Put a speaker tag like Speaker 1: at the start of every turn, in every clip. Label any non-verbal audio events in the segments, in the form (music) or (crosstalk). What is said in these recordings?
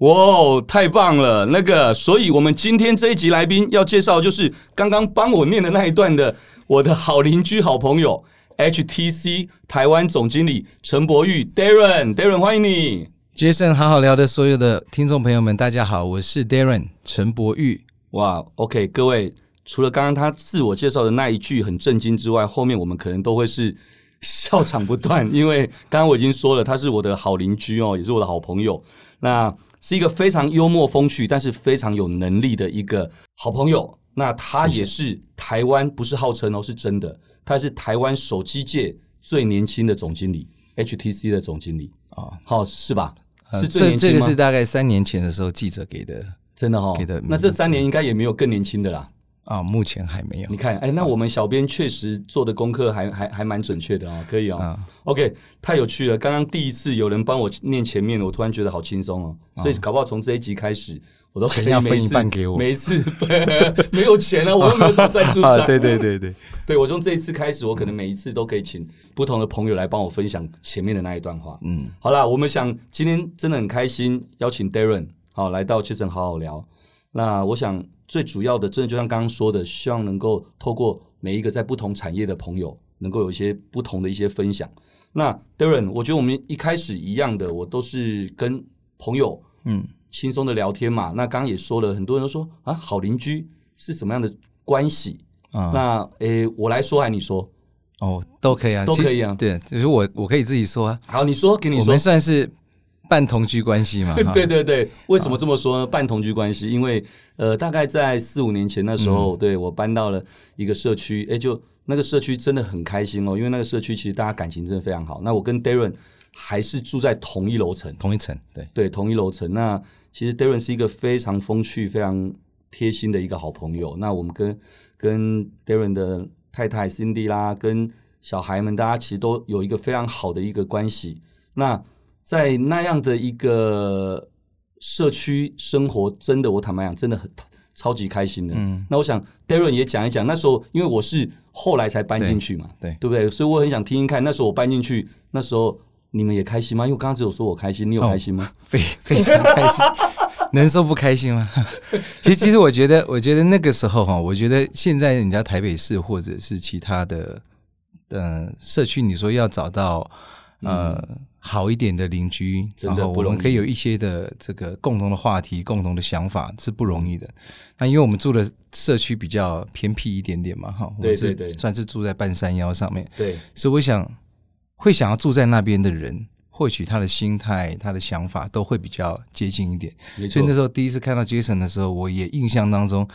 Speaker 1: 哇哦，太棒了！那个，所以我们今天这一集来宾要介绍就是刚刚帮我念的那一段的我的好邻居、好朋友 HTC 台湾总经理陈博玉 Darren，Darren 欢迎你。
Speaker 2: Jason 好好聊的所有的听众朋友们，大家好，我是 Darren 陈博玉。
Speaker 1: 哇，OK，各位，除了刚刚他自我介绍的那一句很震惊之外，后面我们可能都会是 (laughs) 笑场不断，因为刚刚我已经说了，他是我的好邻居哦，也是我的好朋友。那是一个非常幽默风趣，但是非常有能力的一个好朋友。那他也是台湾，不是号称哦，是真的，他是台湾手机界最年轻的总经理，HTC 的总经理
Speaker 2: 哦
Speaker 1: 啊，好、是吧？
Speaker 2: 呃
Speaker 1: 是最
Speaker 2: 这
Speaker 1: 年
Speaker 2: 这
Speaker 1: 轻
Speaker 2: 个
Speaker 1: 吗？
Speaker 2: 是大概三年前的时候记者给的
Speaker 1: 真的哦
Speaker 2: 给的，
Speaker 1: 那这三年应该也没有更年轻的啦。
Speaker 2: 啊、目前还没有
Speaker 1: 你看，哎，那我们小编确实做的功课还还还蛮准确的啊、可以啊、
Speaker 2: 啊
Speaker 1: OK，太有趣了！刚刚第一次有人帮我念前面，我突然觉得好轻松哦。所以搞不好从这一集开始，我都可以
Speaker 2: 嗯钱要
Speaker 1: 每
Speaker 2: 分一
Speaker 1: 次
Speaker 2: 半给我
Speaker 1: 每一次 (laughs) 没有钱啊，我又没有什么赞助商。
Speaker 2: 啊对对对对，
Speaker 1: 对，我从这一次开始，我可能每一次都可以请不同的朋友来帮我分享前面的那一段话。嗯，好啦，我们想今天真的很开心，邀请 Darren 好来到 Jason 好好聊。那我想最主要的，真的就像刚刚说的，希望能够透过每一个在不同产业的朋友，能够有一些不同的一些分享。那 Darren，我觉得我们一开始一样的，我都是跟朋友
Speaker 2: 嗯，
Speaker 1: 轻松的聊天嘛。那刚刚也说了，很多人都说啊，好邻居是什么样的关系？
Speaker 2: 啊
Speaker 1: 那诶、我来说还你说，
Speaker 2: 哦，都可以啊，
Speaker 1: 都
Speaker 2: 其实
Speaker 1: 可以啊
Speaker 2: 对，就是我我可以自己说啊，
Speaker 1: 好，你说，给你
Speaker 2: 我
Speaker 1: 说。
Speaker 2: 们。算是半同居关系嘛
Speaker 1: (laughs) 对对对，为什么这么说呢？半同居关系，因为呃，大概在四五年前那时候，对我搬到了一个社区，诶，就那个社区真的很开心哦，因为那个社区其实大家感情真的非常好。那我跟 Darren 还是住在同一楼层，
Speaker 2: 同一层，对，
Speaker 1: 对，同一楼层。那其实 Darren 是一个非常风趣、非常贴心的一个好朋友。那我们跟跟 Darren 的太太 Cindy 啦，跟小孩们，大家其实都有一个非常好的一个关系。那在那样的一个社区生活，真的，我坦白讲，真的很超级开心的。嗯，那我想 Darren 也讲一讲，那时候因为我是后来才搬进去嘛，
Speaker 2: 对对
Speaker 1: 对不对？所以我很想听听看，那时候我搬进去，那时候你们也开心吗？因为我刚刚只有说我开心，你有
Speaker 2: 哦
Speaker 1: 开心吗？
Speaker 2: 非 (laughs) 非常开
Speaker 1: (laughs)
Speaker 2: 心，能说不开心吗？ (laughs) 其实，其实我觉得，我觉得那个时候哈，我觉得现在你到台北市或者是其他的呃社区，你说要找到呃、好一点的邻居，
Speaker 1: 嗯真
Speaker 2: 然
Speaker 1: 的
Speaker 2: 后
Speaker 1: 不
Speaker 2: 我
Speaker 1: 容易
Speaker 2: 们可以有一些的这个共同的话题、共同的想法是不容易的。那因为我们住的社区比较偏僻一点点嘛，哈，我
Speaker 1: 对
Speaker 2: 们是
Speaker 1: 对对
Speaker 2: 算是住在半山腰上面，
Speaker 1: 对，
Speaker 2: 所以我想，会想要住在那边的人，或许他的心态、他的想法都会比较接近一点。
Speaker 1: 没
Speaker 2: 所
Speaker 1: 错
Speaker 2: 以那，时候第一次看到 Jason 的时候，我也印象当中，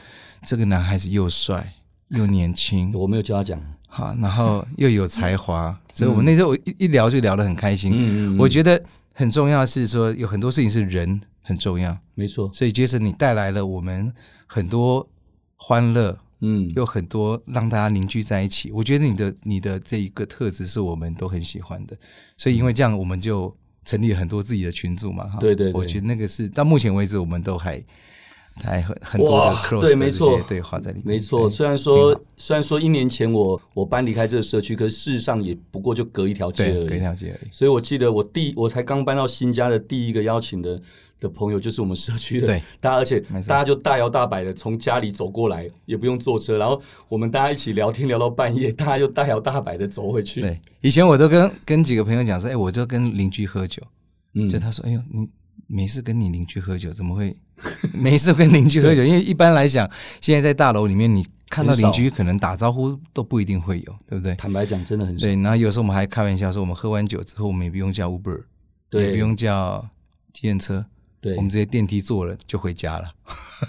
Speaker 2: 这个男孩子又帅又年轻，
Speaker 1: 我没嗯有教他讲。
Speaker 2: 好，然后又有才华，所以我们那时候我一一聊就聊得很开心。
Speaker 1: 嗯
Speaker 2: 我觉得很重要的是说，有很多事情是人很重要，
Speaker 1: 没错，
Speaker 2: 所以 Jason 你带来了我们很多欢乐，
Speaker 1: 嗯，
Speaker 2: 有很多让大家凝聚在一起。我觉得你的你的这一个特质是我们都很喜欢的，所以因为这样，我们就成立了很多自己的群组嘛。哈
Speaker 1: 嗯对对对
Speaker 2: 我觉得那个是到目前为止，我们都还还很很多的
Speaker 1: 哇
Speaker 2: close
Speaker 1: 对
Speaker 2: 的
Speaker 1: 没
Speaker 2: 这
Speaker 1: 错
Speaker 2: 些对话在里面。
Speaker 1: 没错。
Speaker 2: 对
Speaker 1: 虽然说，虽然说一年前我我搬离开这个社区，可是事实上也不过就隔一条街
Speaker 2: 对，
Speaker 1: 而
Speaker 2: 隔一
Speaker 1: 已。
Speaker 2: 条街而已。
Speaker 1: 所以我记得我第我才刚搬到新家的第一个邀请的的朋友，就是我们社区的
Speaker 2: 对
Speaker 1: 大家，而且
Speaker 2: 没错
Speaker 1: 大家就大摇大摆的从家里走过来，也不用坐车，然后我们大家一起聊天聊到半夜，大家就大摇大摆的走回去。
Speaker 2: 对，以前我都跟跟几个朋友讲说，哎，我就跟邻居喝酒，
Speaker 1: 嗯
Speaker 2: 就他说，哎呦，你没事跟你邻居喝酒，怎么会没事跟邻居喝酒？因为一般来讲，现在在大楼里面，你看到
Speaker 1: 很少
Speaker 2: 邻居可能打招呼都不一定会有，对不对？
Speaker 1: 坦白讲，真的很少。
Speaker 2: 对，然后有时候我们还开玩笑说，我们喝完酒之后，我们也不用叫 Uber，
Speaker 1: 对
Speaker 2: 也不用叫计程车，
Speaker 1: 对
Speaker 2: 我，们直接电梯坐了就回家了，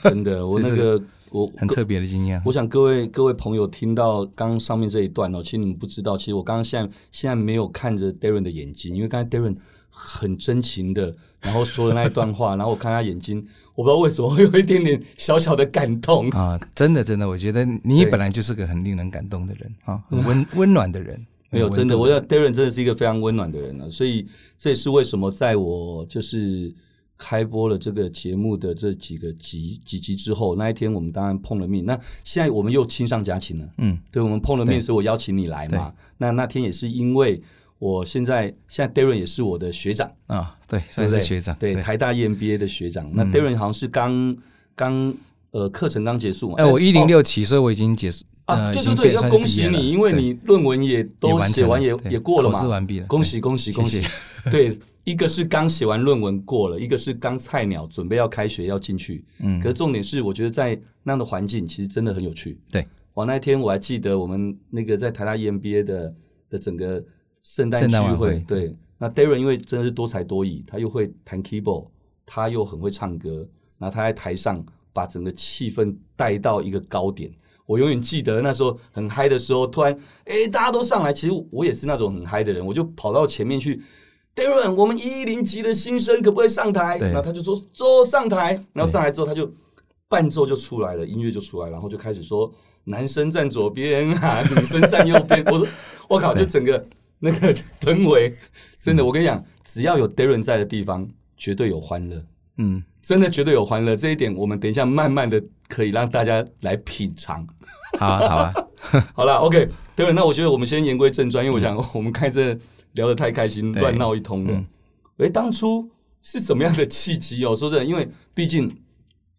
Speaker 1: 真的，我
Speaker 2: (laughs) 这
Speaker 1: 那
Speaker 2: 是
Speaker 1: 个我
Speaker 2: 很特别的经验。
Speaker 1: 我想各位各位朋友听到刚刚上面这一段哦，其实你们不知道，其实我刚刚现在现在没有看着 Darren 的眼睛，因为刚才 Darren 很真情的、然后说的那一段话，然后我看他眼睛，我不知道为什么会有一点点小小的感动。
Speaker 2: 啊，真的真的，我觉得你
Speaker 1: 对嗯
Speaker 2: 本来就是个很令人感动的人啊，很温温暖的人。
Speaker 1: 没有，
Speaker 2: 很
Speaker 1: 真
Speaker 2: 温
Speaker 1: 的，
Speaker 2: 度
Speaker 1: 我觉得 Darren 真的是一个非常温暖的人了、所以这也是为什么在我就是开播了这个节目的这几个集几集之后，那一天我们当然碰了面。那现在我们又亲上加亲了，
Speaker 2: 嗯，
Speaker 1: 对，我们碰了
Speaker 2: 对
Speaker 1: 面，所以我邀请你来嘛。那那天也是因为我现在现在 Darren 也是我的学长，
Speaker 2: 啊，对，
Speaker 1: 对
Speaker 2: 算
Speaker 1: 不对
Speaker 2: 是学长，嗯
Speaker 1: 对台大 E EMBA 的学长。那 Darren 好像是刚刚呃课程刚结束嘛？
Speaker 2: 哎，我
Speaker 1: 哦
Speaker 2: 一零六期，所以我已经结束，
Speaker 1: 啊，
Speaker 2: 呃，
Speaker 1: 对
Speaker 2: 已
Speaker 1: 对
Speaker 2: 经
Speaker 1: 对，
Speaker 2: 变
Speaker 1: 要
Speaker 2: 算是
Speaker 1: 恭
Speaker 2: 毕
Speaker 1: 喜
Speaker 2: 业了
Speaker 1: 你，因为
Speaker 2: 对
Speaker 1: 你论文也
Speaker 2: 也
Speaker 1: 都
Speaker 2: 完
Speaker 1: 写
Speaker 2: 成
Speaker 1: 完也
Speaker 2: 对
Speaker 1: 也过了
Speaker 2: 考
Speaker 1: 嘛
Speaker 2: 试，完毕了，
Speaker 1: 恭
Speaker 2: 对
Speaker 1: 喜恭喜
Speaker 2: 谢
Speaker 1: 恭喜！ (laughs) 对，一个是刚写完论文过了，一个是刚菜鸟准备要开学要进去。
Speaker 2: 嗯
Speaker 1: 可是重点是，我觉得在那样的环境，其实真的很有趣。
Speaker 2: 对，
Speaker 1: 哇，那一天我还记得我们那个在台大 E EMBA 的的整个圣诞
Speaker 2: 圣
Speaker 1: 聚
Speaker 2: 诞晚
Speaker 1: 会
Speaker 2: 会，
Speaker 1: 对。那 Darren 因为真的是多才多艺，他又会弹 keyboard，他又很会唱歌，然后他在台上把整个气氛带到一个高点。我永远记得那时候很嗨的时候，突然哎、诶大家都上来，其实我也是那种很嗨的人，我就跑到前面去。Darren，我们一一零级的新生可不可以上台？
Speaker 2: 对
Speaker 1: 然后他就说坐上台，然后上来之后他就伴奏就出来了，音乐就出来，然后就开始说男生站左边啊，女生站右边。我说我靠，就整个那个氛围，真的，我跟你讲，只要有 Darren 在的地方，绝对有欢乐。
Speaker 2: 嗯，
Speaker 1: 真的绝对有欢乐，这一点我们等一下慢慢的可以让大家来品尝。
Speaker 2: 好啊好啊，
Speaker 1: 好了，OK，对了，那我觉得我们先言归正传，因为我想我们开这聊得太开心，
Speaker 2: 嗯对
Speaker 1: 乱闹一通了
Speaker 2: 嗯。
Speaker 1: 哎、当初是什么样的契机哦？说真的，因为毕竟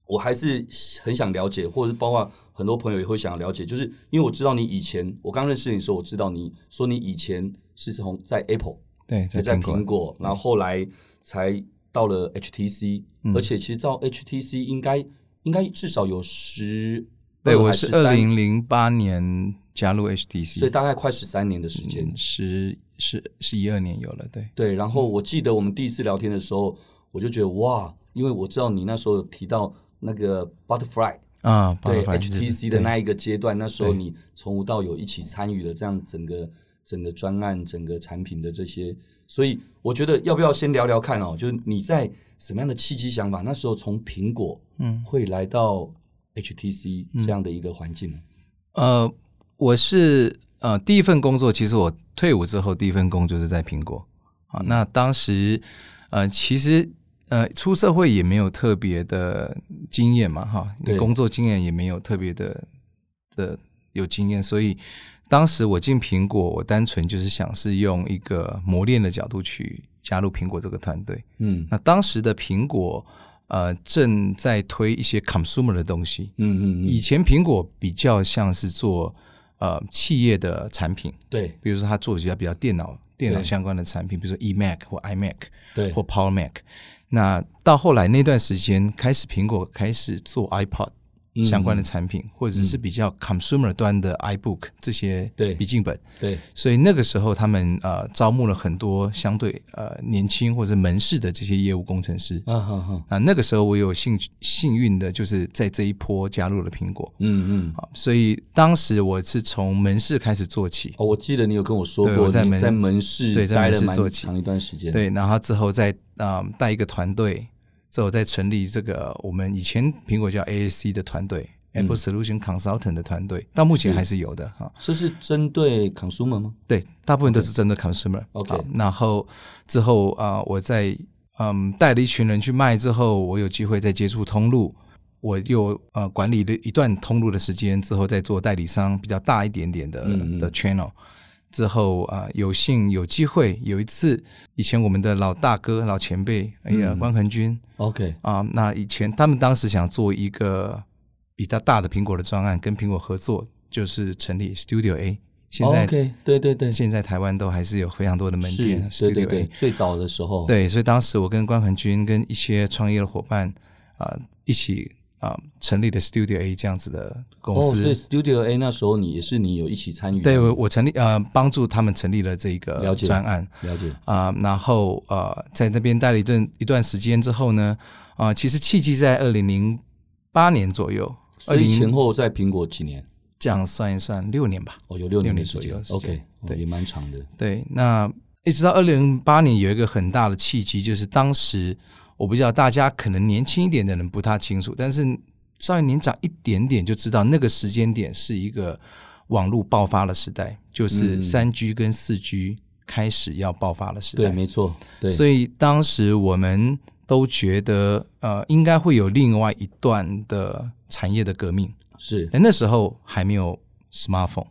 Speaker 1: 我还是很想了解，或者是包括很多朋友也会想要了解，就是因为我知道你以前，我刚认识你的时候，我知道你说你以前是从在 Apple (laughs)
Speaker 2: 对，
Speaker 1: 才在
Speaker 2: 苹嗯
Speaker 1: 苹果，然后后来才到了 HTC，、而
Speaker 2: 嗯
Speaker 1: 且其实到 HTC 应该应该至少有十，
Speaker 2: 对，我是
Speaker 1: 13
Speaker 2: 二，零零八年加入 HTC，
Speaker 1: 所以大概快十三年的时间。
Speaker 2: 嗯十十十一二年有了，对，
Speaker 1: 对，然后我记得我们第一次聊天的时候，我就觉得哇，因为我知道你那时候有提到那个 Butterfly，
Speaker 2: 啊，
Speaker 1: 对
Speaker 2: Butterfly 是
Speaker 1: HTC 的
Speaker 2: 对
Speaker 1: 那一个阶段，那时候
Speaker 2: 对
Speaker 1: 你从无到有一起参与了这样整个整个专案、整个产品的这些，所以我觉得要不要先聊聊看哦？就是你在什么样的契机想法，那时候从苹果
Speaker 2: 嗯
Speaker 1: 会来到 HTC 这样的一个环境呢？
Speaker 2: 呃，我是呃第一份工作，其实我退伍之后第一份工作是在苹果啊。那当时呃，其实呃出社会也没有特别的经验嘛，哈
Speaker 1: 对，
Speaker 2: 工作经验也没有特别的的有经验，所以当时我进苹果，我单纯就是想是用一个磨练的角度去加入苹果这个团队。
Speaker 1: 嗯
Speaker 2: 那当时的苹果呃正在推一些 consumer 的东西，
Speaker 1: 嗯嗯
Speaker 2: 以
Speaker 1: 嗯，
Speaker 2: 前苹果比较像是做呃企业的产品，
Speaker 1: 对
Speaker 2: 比如说它做比较比较电脑电脑相关的产品，比如说 eMac 或 iMac
Speaker 1: 对
Speaker 2: 或 Power Mac。那到后来那段时间，开始苹果开始做 iPod
Speaker 1: 嗯
Speaker 2: 相关的产品，或者是比较 consumer 端的 iBook 这些
Speaker 1: 对
Speaker 2: 笔记本。
Speaker 1: 嗯对
Speaker 2: 所以那个时候，他们呃招募了很多相对呃年轻或者门市的这些业务工程师。
Speaker 1: 啊哈哈，
Speaker 2: 啊，那个时候我有幸幸运的就是在这一波加入了苹果。
Speaker 1: 嗯嗯。
Speaker 2: 啊，所以当时我是从门市开始做起，
Speaker 1: 哦，我记得你有跟我说
Speaker 2: 对
Speaker 1: 过，
Speaker 2: 我在
Speaker 1: 你
Speaker 2: 门
Speaker 1: 在门市
Speaker 2: 对在门
Speaker 1: 待了
Speaker 2: 市
Speaker 1: 蛮
Speaker 2: 做起
Speaker 1: 长一段时间。，
Speaker 2: 对，然后之后再啊、呃带一个团队，之后再成立这个我们以前苹果叫 AAC 的团队、
Speaker 1: 嗯
Speaker 2: Apple Solution Consultant 的团队，到目前
Speaker 1: 是
Speaker 2: 还是有的哈、
Speaker 1: 这是针对 consumer 吗？
Speaker 2: 对，大部分都是针对 consumer。
Speaker 1: OK
Speaker 2: 好然后之后啊、呃我在嗯带了一群人去卖之后，我有机会再接触通路，我又呃管理了一段通路的时间之后，再做代理商比较大一点点的
Speaker 1: 嗯嗯
Speaker 2: 的 channel。之后啊、呃有幸有机会，有一次以前我们的老大哥、老前辈，哎呀，
Speaker 1: 嗯
Speaker 2: 关恒军
Speaker 1: OK，
Speaker 2: 啊、那以前他们当时想做一个比较大的苹果的专案，跟苹果合作，就是成立 Studio A。现在
Speaker 1: 哦 OK，对对对，
Speaker 2: 现在台湾都还是有非常多的门
Speaker 1: 是
Speaker 2: 店，啊
Speaker 1: 对对
Speaker 2: Studio
Speaker 1: 对，
Speaker 2: A
Speaker 1: 最早的时候，，
Speaker 2: 对，所以当时我跟关恒军跟一些创业的伙伴啊、一起啊、成立的 Studio A 这样子的公
Speaker 1: 哦，所以
Speaker 2: 司。
Speaker 1: Studio A 那时候你也是你有一起参与，
Speaker 2: 对，我我成立呃帮助他们成立了这
Speaker 1: 了
Speaker 2: 个
Speaker 1: 解
Speaker 2: 专案
Speaker 1: 了解，
Speaker 2: 啊、然后呃在那边待了一段一段时间之后呢，啊、其实契机在二零零八年左右，二
Speaker 1: 所以前
Speaker 2: 零
Speaker 1: 后在苹果几年？
Speaker 2: 这样算一算六年吧。
Speaker 1: 哦，有六
Speaker 2: 六
Speaker 1: 年的
Speaker 2: 年
Speaker 1: 时
Speaker 2: 左
Speaker 1: 间
Speaker 2: 右的时间
Speaker 1: ，OK，哦
Speaker 2: 对
Speaker 1: 也蛮长的，
Speaker 2: 对，那一直到二零零八年有一个很大的契机，就是当时我不知道大家可能年轻一点的人不太清楚，但是稍微年长一点点就知道那个时间点是一个网络爆发的时代，就是
Speaker 1: 嗯
Speaker 2: 三 G 跟四 G 开始要爆发的时代。
Speaker 1: 对，没错，对，
Speaker 2: 所以当时我们都觉得，呃，应该会有另外一段的产业的革命。
Speaker 1: 是
Speaker 2: 但那时候还没有 smartphone。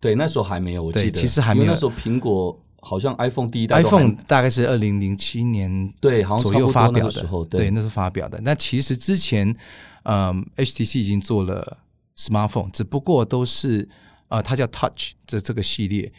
Speaker 1: 对，那时候还没有，我
Speaker 2: 对
Speaker 1: 记得
Speaker 2: 其实还没有
Speaker 1: 因为那时候苹果好像 iPhone 第一代都还
Speaker 2: iPhone 大概是二零零七年
Speaker 1: 对，好像
Speaker 2: 左
Speaker 1: 差
Speaker 2: 右
Speaker 1: 不
Speaker 2: 发
Speaker 1: 多那
Speaker 2: 表
Speaker 1: 个
Speaker 2: 的，
Speaker 1: 时候，
Speaker 2: 对，那时候发表的。那其实之前，嗯，HTC 已经做了 smartphone，只不过都是呃，它叫 Touch 这这个系列，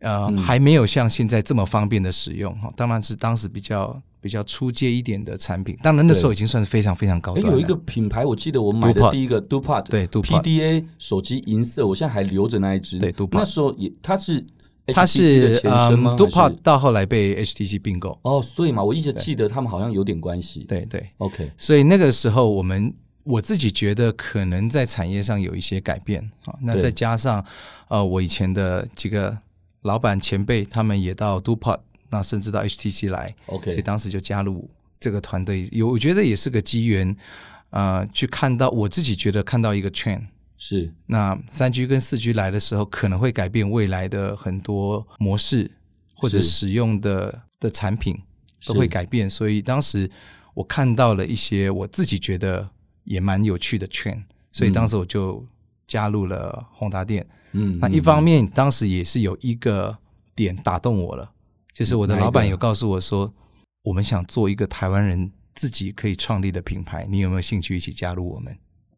Speaker 2: 呃，
Speaker 1: 嗯
Speaker 2: 还没有像现在这么方便的使用哈。当然是当时比较比较出街一点的产品，当然那时候已经算是非常非常高
Speaker 1: 哎，
Speaker 2: 端了。
Speaker 1: 有一个品牌，我记得我买的
Speaker 2: Dupont
Speaker 1: 第一个 Dupont，
Speaker 2: 对 Dupont
Speaker 1: PDA 手机银色，我现在还留着那一只。
Speaker 2: 对，Dupont
Speaker 1: 那时候也它是
Speaker 2: 它
Speaker 1: HTC 的
Speaker 2: 是
Speaker 1: 前身
Speaker 2: 嗯
Speaker 1: 吗
Speaker 2: d u p a
Speaker 1: 还
Speaker 2: t
Speaker 1: 是
Speaker 2: 到后来被 HTC 并购，
Speaker 1: 哦，所以嘛，我一直记得他们好像有点关系。
Speaker 2: 对对。
Speaker 1: ，OK，
Speaker 2: 所以那个时候我们我自己觉得可能在产业上有一些改变啊。那
Speaker 1: 对
Speaker 2: 再加上呃，我以前的几个老板前辈他们也到 Dupont，那甚至到 HTC 来，所以
Speaker 1: OK，
Speaker 2: 当时就加入这个团队，有我觉得也是个机缘，呃，去看到我自己觉得看到一个 trend。
Speaker 1: 是
Speaker 2: 那三 G 跟四 G 来的时候，可能会改变未来的很多模式或者
Speaker 1: 是
Speaker 2: 使用的的产品
Speaker 1: 是
Speaker 2: 都会改变，所以当时我看到了一些我自己觉得也蛮有趣的圈，所以当时我就加入了宏达店。
Speaker 1: 嗯，
Speaker 2: 那一
Speaker 1: 嗯
Speaker 2: 方面，当时也是有一个点打动我了，就是我的
Speaker 1: 哪一个
Speaker 2: 老板有告诉我说，我们想做一个台湾人自己可以创立的品牌，你有没有兴趣一起加入我们？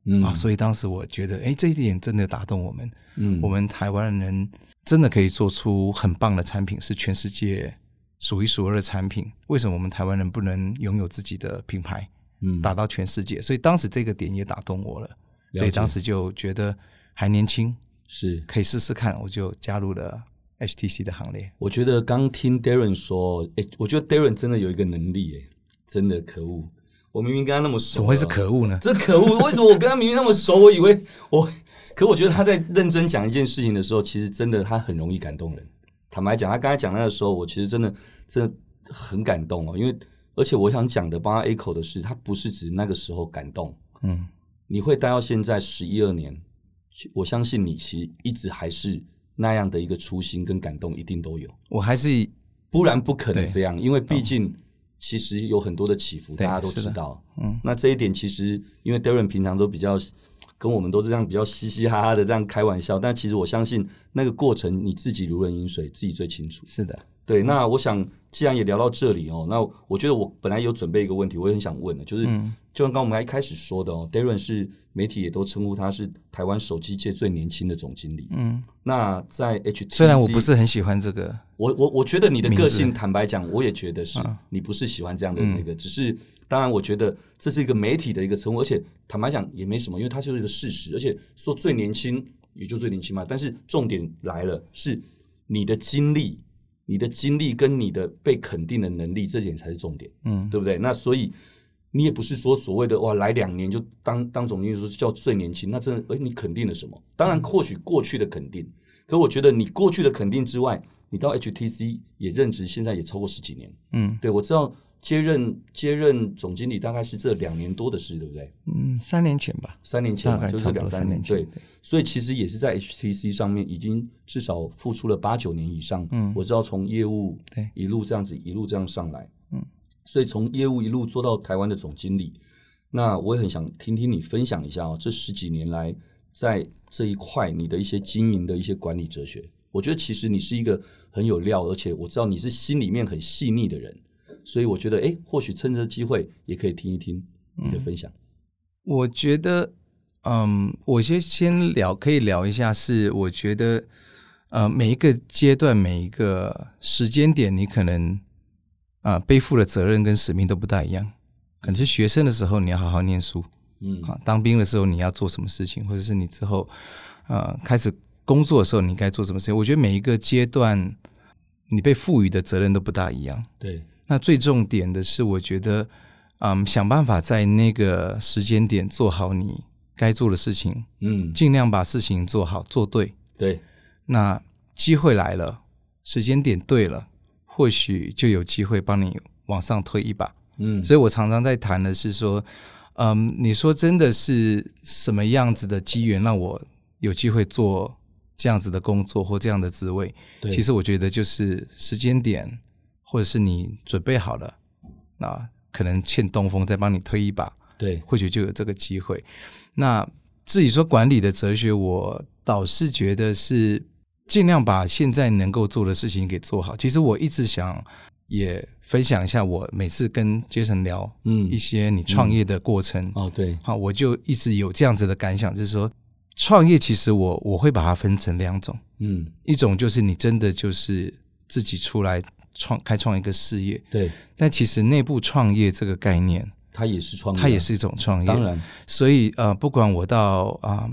Speaker 1: 嗯
Speaker 2: 啊，所以当时我觉得，哎，这一点真的打动我们。
Speaker 1: 嗯
Speaker 2: 我们台湾人真的可以做出很棒的产品，是全世界数一数二的产品。为什么我们台湾人不能拥有自己的品牌，
Speaker 1: 嗯
Speaker 2: 打到全世界？所以当时这个点也打动我了，
Speaker 1: 解
Speaker 2: 所以当时就觉得还年轻，
Speaker 1: 是
Speaker 2: 可以试试看，我就加入
Speaker 1: 嗯
Speaker 2: 了 HTC 的行列。
Speaker 1: 我觉得刚听 Darren 说，哎、我觉得 Darren 真的有一个能力、诶，真的可恶！我明明跟他那么熟，啊
Speaker 2: 怎么会是？可恶呢？
Speaker 1: 这可恶！为什么我跟他明明那么熟，我以为我，可我觉得他在认真讲一件事情的时候，其实真的他很容易感动人。坦白讲，他刚才讲那个时候，我其实真的真的很感动哦，因为而且我想讲的帮他 echo 的是，他不是指那个时候感动，
Speaker 2: 嗯，
Speaker 1: 你会待到现在十一二年，其我相信你其实一直还是那样的一个初心跟感动，一定都有。
Speaker 2: 我还是
Speaker 1: 不然不可能
Speaker 2: 对
Speaker 1: 这样，因为毕竟其实有很多的起伏，大
Speaker 2: 对
Speaker 1: 家都
Speaker 2: 是
Speaker 1: 知
Speaker 2: 的
Speaker 1: 道。
Speaker 2: 嗯，
Speaker 1: 那这一点其实因为 Darren 平常都比较跟我们都是这样比较嘻嘻哈哈的这样开玩笑，但其实我相信那个过程你自己如人饮水，自己最清楚。
Speaker 2: 是的，
Speaker 1: 对，那我想既然也聊到这里哦，那我觉得我本来有准备一个问题，我也很想问的，就是、
Speaker 2: 嗯
Speaker 1: 就像刚我们一开始说的哦，Darren 是媒体也都称呼他是台湾手机界最年轻的总经理。
Speaker 2: 嗯，
Speaker 1: 那在 HTC，
Speaker 2: 虽然我不是很喜欢这个，
Speaker 1: 我我我觉得你的
Speaker 2: 名字嗯
Speaker 1: 个性，坦白讲，我也觉得是、你不是喜欢这样的那个，只是当然，我觉得这是一个媒体的一个称呼，而且坦白讲也没什么，因为它就是一个事实，而且说最年轻也就最年轻嘛。但是重点来了，是你的经历，你的经历跟你的被肯定的能力，这点才是重点，
Speaker 2: 嗯，
Speaker 1: 对不对？那所以你也不是说所谓的哇，来两年就当当总经理说叫最年轻，那真的哎，你肯定了什么？当
Speaker 2: 嗯
Speaker 1: 然，或许过去的肯定，可我觉得你过去的肯定之外，你到 HTC 也任职，现在也超过十几年。
Speaker 2: 嗯
Speaker 1: 对我知道接任接任总经理大概是这两年多的事，对不对？
Speaker 2: 嗯，三年前吧，
Speaker 1: 三年前
Speaker 2: 大
Speaker 1: 嘛，
Speaker 2: 概
Speaker 1: 就
Speaker 2: 差
Speaker 1: 是
Speaker 2: 不
Speaker 1: 两
Speaker 2: 多
Speaker 1: 三
Speaker 2: 三年前，
Speaker 1: 对，所以其实也是在 HTC 上面已经至少付出了八九年以上。嗯，我知道从业务
Speaker 2: 对
Speaker 1: 一路这样子一路这样上来，
Speaker 2: 嗯，
Speaker 1: 所以从业务一路做到台湾的总经理。那我也很想听听你分享一下哦，这十几年来在这一块你的一些经营的一些管理哲学。我觉得其实你是一个很有料，而且我知道你是心里面很细腻的人，所以我觉得诶，或许趁这机会也可以听一听你的分享。
Speaker 2: 我觉得，嗯，我先先聊，可以聊一下是，我觉得，呃，每一个阶段、每一个时间点，你可能啊、背负的责任跟使命都不大一样。可能是学生的时候，你要好好念书
Speaker 1: 嗯，
Speaker 2: 啊；当兵的时候，你要做什么事情，或者是你之后呃开始工作的时候，你该做什么事情。我觉得每一个阶段，你被赋予的责任都不大一样。
Speaker 1: 对，
Speaker 2: 那最重点的是，我觉得，嗯，想办法在那个时间点做好你该做的事情，
Speaker 1: 嗯，
Speaker 2: 尽量把事情做好做对。
Speaker 1: 对，
Speaker 2: 那机会来了，时间点对了，或许就有机会帮你往上推一把。
Speaker 1: 嗯，
Speaker 2: 所以我常常在谈的是说，嗯，你说真的是什么样子的机缘让我有机会做这样子的工作或这样的职位？
Speaker 1: 对
Speaker 2: 其实我觉得就是时间点，或者是你准备好了，那可能欠东风再帮你推一把，
Speaker 1: 对，
Speaker 2: 或许就有这个机会。那至于说管理的哲学，我倒是觉得是尽量把现在能够做的事情给做好。其实我一直想也分享一下，我每次跟杰森聊
Speaker 1: 嗯
Speaker 2: 一，些你创业的过程，
Speaker 1: 哦，对，
Speaker 2: 好，我就一直有这样子的感想，就是说创业其实我我会把它分成两种，
Speaker 1: 嗯，
Speaker 2: 一种就是你真的就是自己出来创开创一个事业，
Speaker 1: 对，
Speaker 2: 但其实内部创业这个概念，
Speaker 1: 他也是创业，啊
Speaker 2: 它也是一种创
Speaker 1: 嗯
Speaker 2: 业，
Speaker 1: 当然，
Speaker 2: 所以呃，不管我到啊、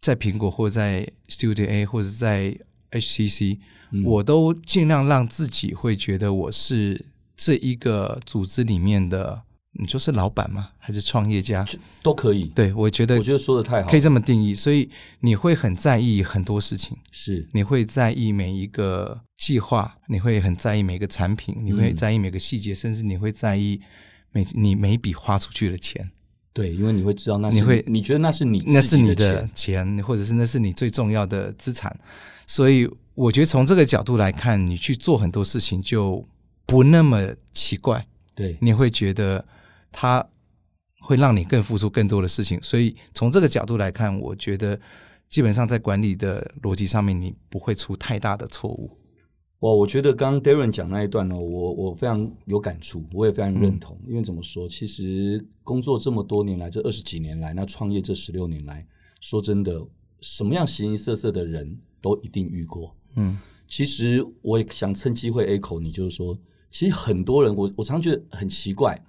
Speaker 2: 在苹果或在 Studio A 或者在 HCC，、
Speaker 1: 嗯
Speaker 2: 我都尽量让自己会觉得我是这一个组织里面的，你说是老板吗？还是创业家？
Speaker 1: 都可以。
Speaker 2: 对，我觉得
Speaker 1: 我觉得说的太好，
Speaker 2: 可以这么定义。所以你会很在意很多事情，
Speaker 1: 是
Speaker 2: 你会在意每一个计划，你会很在意每个产品，你会
Speaker 1: 嗯
Speaker 2: 在意每个细节，甚至你会在意每你每一笔花出去的钱。
Speaker 1: 对，因为你会知道那是
Speaker 2: 你会
Speaker 1: 你觉得那是你
Speaker 2: 那
Speaker 1: 自
Speaker 2: 是
Speaker 1: 己
Speaker 2: 你
Speaker 1: 的
Speaker 2: 的
Speaker 1: 钱，
Speaker 2: 钱，或者是那是你最重要的资产。所以我觉得从这个角度来看，你去做很多事情就不那么奇怪，
Speaker 1: 对，
Speaker 2: 你会觉得它会让你更付出更多的事情。所以从这个角度来看，我觉得基本上在管理的逻辑上面，你不会出太大的错误。
Speaker 1: 我我觉得刚刚 Darren 讲那一段呢、哦我我非常有感触，我也非常认同。
Speaker 2: 嗯
Speaker 1: 因为怎么说，其实工作这么多年来，这二十几年来，那创业这十六年来，说真的，什么样形形色色的人都一定遇过。
Speaker 2: 嗯
Speaker 1: 其实我也想趁机会 echo 你，就是说，其实很多人，我我常觉得很奇怪，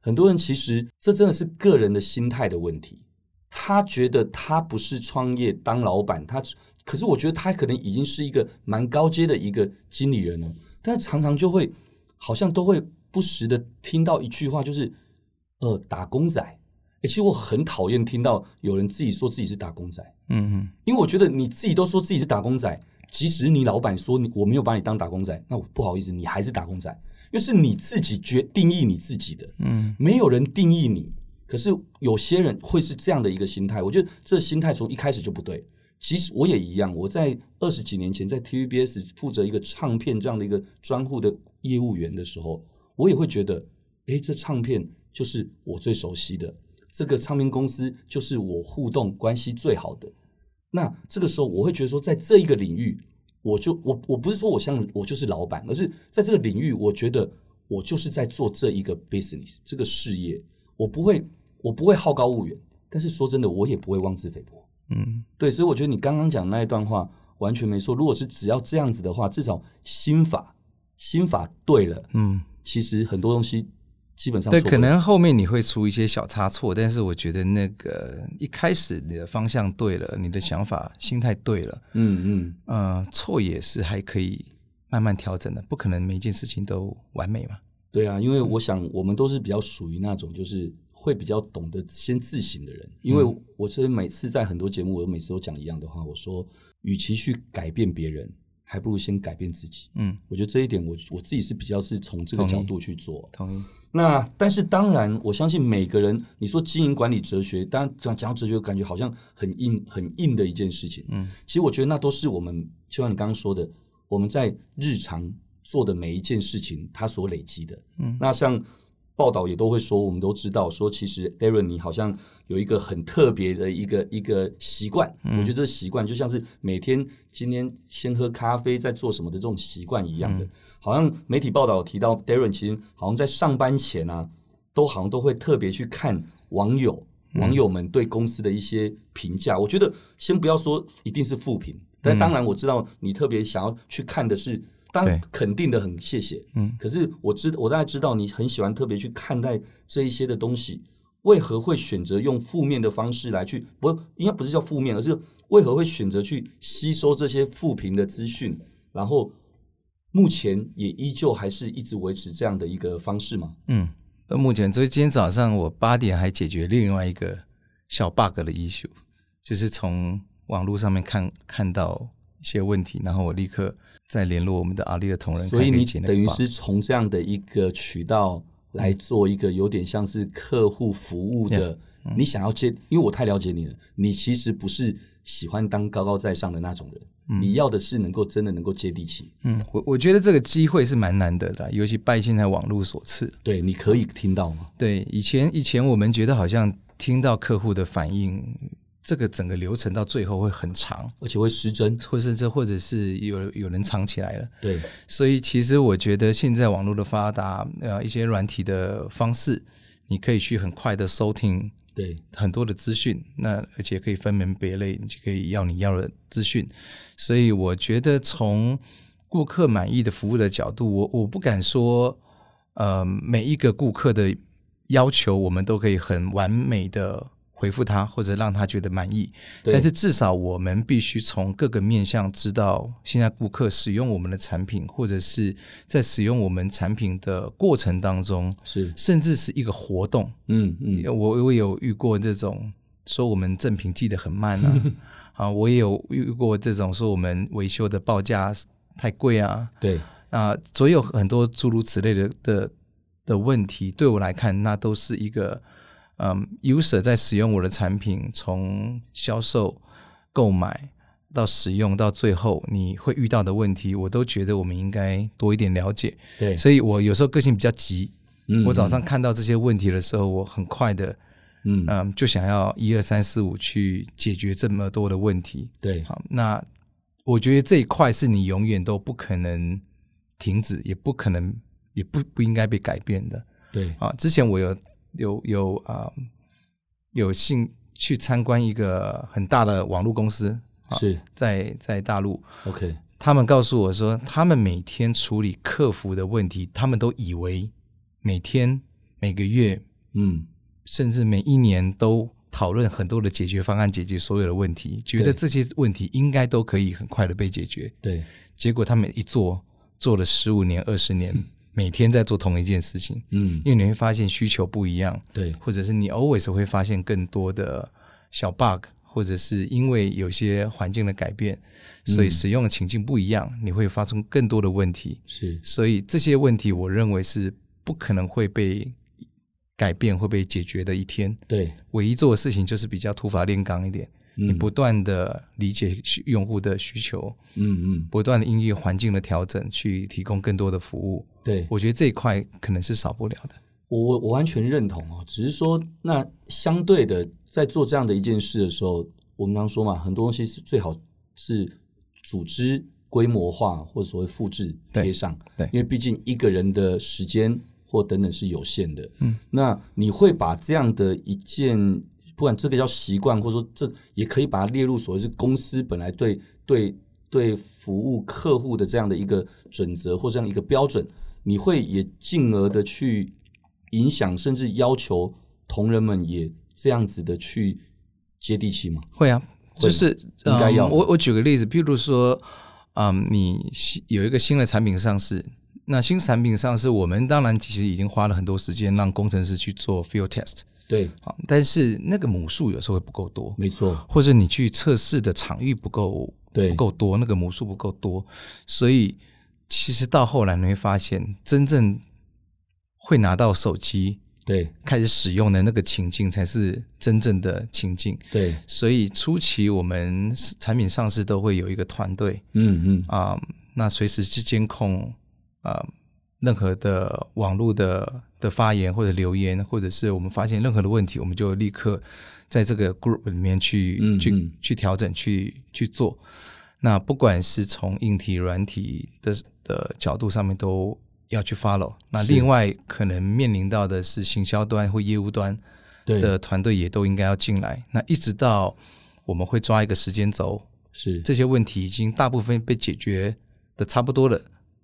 Speaker 1: 很多人其实这真的是个人的心态的问题。他觉得他不是创业当老板，他可是我觉得他可能已经是一个蛮高阶的一个经理人了，但常常就会好像都会不时的听到一句话，就是呃打工仔。诶其实我很讨厌听到有人自己说自己是打工仔，
Speaker 2: 嗯嗯，
Speaker 1: 因为我觉得你自己都说自己是打工仔，即使你老板说你我没有把你当打工仔，那我不好意思，你还是打工仔，因为是你自己决定义你自己的，
Speaker 2: 嗯，
Speaker 1: 没有人定义你。可是有些人会是这样的一个心态，我觉得这心态从一开始就不对。其实我也一样，我在二十几年前在 TVBS 负责一个唱片这样的一个专户的业务员的时候，我也会觉得，诶，这唱片就是我最熟悉的，这个唱片公司就是我互动关系最好的，那这个时候，我会觉得说，在这一个领域，我就我我不是说我像我就是老板，而是在这个领域，我觉得我就是在做这一个 business 这个事业，我不会我不会好高骛远，但是说真的，我也不会妄自菲薄。
Speaker 2: 嗯，
Speaker 1: 对，所以我觉得你刚刚讲那一段话完全没错。如果是只要这样子的话，至少心法心法对了，
Speaker 2: 嗯，
Speaker 1: 其实很多东西基本上
Speaker 2: 对，
Speaker 1: 做不
Speaker 2: 可
Speaker 1: 了
Speaker 2: 能后面你会出一些小差错，但是我觉得那个一开始你的方向对了，你的想法、心态对了，
Speaker 1: 嗯嗯，
Speaker 2: 呃，错也是还可以慢慢调整的，不可能每一件事情都完美嘛。
Speaker 1: 对啊，因为
Speaker 2: 嗯
Speaker 1: 我想我们都是比较属于那种就是会比较懂得先自省的人，因为
Speaker 2: 嗯
Speaker 1: 我其实每次在很多节目，我每次都讲一样的话，我说，与其去改变别人，还不如先改变自己。
Speaker 2: 嗯，
Speaker 1: 我觉得这一点我，我自己是比较是从这个
Speaker 2: 同意
Speaker 1: 角度去做。
Speaker 2: 同意。
Speaker 1: 那但是当然，我相信每个人，你说经营管理哲学，当然讲讲到哲学，感觉好像很硬、很硬的一件事情。
Speaker 2: 嗯，
Speaker 1: 其实我觉得那都是我们，就像你刚刚说的，我们在日常做的每一件事情，它所累积的。
Speaker 2: 嗯
Speaker 1: 那像报道也都会说，我们都知道说，其实 Darren 你好像有一个很特别的一个一个习惯，
Speaker 2: 嗯
Speaker 1: 我觉得这习惯就像是每天今天先喝咖啡，再做什么的这种习惯一样的。
Speaker 2: 嗯
Speaker 1: 好像媒体报道有提到 Darren 其实好像在上班前啊，都好像都会特别去看网友。
Speaker 2: 嗯
Speaker 1: 网友们对公司的一些评价，我觉得先不要说一定是负评，但当然我知道你特别想要去看的是，当然
Speaker 2: 嗯对
Speaker 1: 肯定的很谢谢，
Speaker 2: 嗯
Speaker 1: 可是我知我大概知道你很喜欢特别去看待这一些的东西，为何会选择用负面的方式来去不应该不是叫负面，而是为何会选择去吸收这些负评的资讯，然后目前也依旧还是一直维持这样的一个方式吗？
Speaker 2: 嗯，到目前，所以今天早上我八点还解决另外一个小 bug 的 issue，就是从网络上面看看到一些问题，然后我立刻再联络我们的阿丽的同仁，
Speaker 1: 所以
Speaker 2: 看可
Speaker 1: 你
Speaker 2: 解那个
Speaker 1: 等于
Speaker 2: bug
Speaker 1: 是从这样的一个渠道来做一个有点像是客户服务的，
Speaker 2: 嗯
Speaker 1: 你想要接，因为我太了解你了，你其实不是喜欢当高高在上的那种人，你要的是能够真的能够接地气，
Speaker 2: 嗯，我我觉得这个机会是蛮难得的啦，尤其拜现在网络所赐。
Speaker 1: 对，你可以听到吗？
Speaker 2: 对，以前以前我们觉得好像听到客户的反应，这个整个流程到最后会很长，
Speaker 1: 而且会失真，
Speaker 2: 或是这或者是有有人藏起来了。
Speaker 1: 对，
Speaker 2: 所以其实我觉得现在网络的发达，呃，一些软体的方式，你可以去很快的收听
Speaker 1: 对，
Speaker 2: 很多的资讯，那而且可以分门别类，你就可以要你要的资讯。所以我觉得从顾客满意的服务的角度，我我不敢说，呃，每一个顾客的要求我们都可以很完美的回复他，或者让他觉得满意。
Speaker 1: 对
Speaker 2: 但是至少我们必须从各个面向知道现在顾客使用我们的产品，或者是在使用我们产品的过程当中，
Speaker 1: 是，
Speaker 2: 甚至是一个活动。
Speaker 1: 嗯嗯，
Speaker 2: 我我有遇过这种说我们正品寄的很慢
Speaker 1: (laughs)
Speaker 2: 啊，啊，我也有遇过这种说我们维修的报价太贵啊，
Speaker 1: 对，
Speaker 2: 啊，所有很多诸如此类的的的问题，对我来看，那都是一个嗯，user 在使用我的产品，从销售、购买到使用到最后你会遇到的问题，我都觉得我们应该多一点了解。
Speaker 1: 对，
Speaker 2: 所以我有时候个性比较急，
Speaker 1: 嗯
Speaker 2: 我早上看到这些问题的时候，我很快的，
Speaker 1: 嗯，
Speaker 2: 嗯，就想要一二三四五去解决这么多的问题。
Speaker 1: 对，
Speaker 2: 好，那我觉得这一块是你永远都不可能停止，也不可能，也不不应该被改变的。
Speaker 1: 对，
Speaker 2: 啊，之前我有有有啊、有幸去参观一个很大的网络公司，啊、
Speaker 1: 是
Speaker 2: 在在大陆，
Speaker 1: ，OK，
Speaker 2: 他们告诉我说，他们每天处理客服的问题，他们都以为每天、每个月，
Speaker 1: 嗯，
Speaker 2: 甚至每一年都讨论很多的解决方案，解决所有的问题，觉得
Speaker 1: 对
Speaker 2: 这些问题应该都可以很快的被解决。
Speaker 1: 对，
Speaker 2: 结果他们一做，做了十五年、二十年，每天在做同一件事情，
Speaker 1: 嗯，
Speaker 2: 因为你会发现需求不一样，
Speaker 1: 对，
Speaker 2: 或者是你 always 会发现更多的小 bug，或者是因为有些环境的改变，所以使用的情境不一样，你会发生更多的问题。
Speaker 1: 是，
Speaker 2: 所以这些问题，我认为是不可能会被改变、会被解决的一天。
Speaker 1: 对，
Speaker 2: 唯一做的事情就是比较土法炼钢一点，你
Speaker 1: 嗯，
Speaker 2: 不，断的理解需用户的需求，
Speaker 1: 嗯嗯，
Speaker 2: 不断的因应环境的调整，去提供更多的服务。
Speaker 1: 对，
Speaker 2: 我觉得这一块可能是少不了的。
Speaker 1: 我我我完全认同哦，只是说那相对的，在做这样的一件事的时候，我们常说嘛，很多东西是最好是组织规模化或所谓复制
Speaker 2: 对
Speaker 1: 贴上，
Speaker 2: 对
Speaker 1: 因为毕竟一个人的时间或等等是有限的，
Speaker 2: 嗯，
Speaker 1: 那你会把这样的一件，不管这个叫习惯，或者说这也可以把它列入所谓是公司本来对对对服务客户的这样的一个准则或这样一个标准，你会也进而的去影响，甚至要求同仁们也这样子的去接地气吗？
Speaker 2: 会啊，
Speaker 1: 会
Speaker 2: 就
Speaker 1: 吗
Speaker 2: 是
Speaker 1: 应该要
Speaker 2: 嗯、我我举个例子，譬如说，嗯，你新有一个新的产品上市，那新产品上市，我们当然其实已经花了很多时间让工程师去做 field test，
Speaker 1: 对，
Speaker 2: 好，但是那个母数有时候会不够多，
Speaker 1: 没错，
Speaker 2: 或者你去测试的场域不够，
Speaker 1: 对
Speaker 2: 不够多，那个母数不够多，所以其实到后来你会发现，真正会拿到手机
Speaker 1: 对
Speaker 2: 开始使用的那个情境，才是真正的情境。
Speaker 1: 对，
Speaker 2: 所以初期我们产品上市都会有一个团队
Speaker 1: 嗯嗯，
Speaker 2: 啊、那随时去监控啊、任何的网络的的发言或者留言，或者是我们发现任何的问题，我们就立刻在这个 group 里面去、
Speaker 1: 嗯
Speaker 2: 去
Speaker 1: 嗯
Speaker 2: 去调整去去做。那不管是从硬体、软体的的角度上面都要去 follow。那
Speaker 1: 是
Speaker 2: 另外可能面临到的是行销端或业务端，
Speaker 1: 对，
Speaker 2: 的团队也都应该要进来。那一直到我们会抓一个时间轴，
Speaker 1: 是，
Speaker 2: 这些问题已经大部分被解决的差不多了，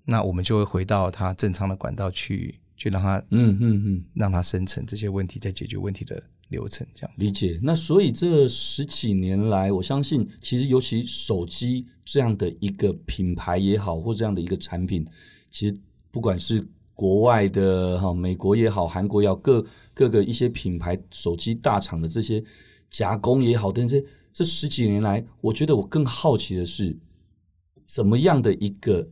Speaker 2: 那我们就会回到它正常的管道去，去让它
Speaker 1: 嗯嗯嗯，
Speaker 2: 让它生成这些问题，再解决问题的流程，这样。
Speaker 1: 理解。那所以这十几年来，我相信其实尤其手机这样的一个品牌也好，或这样的一个产品，其实不管是国外的哈，美国也好，韩国也好，各各个一些品牌手机大厂的这些加工也好，等等这这十几年来，我觉得我更好奇的是，怎么样的一个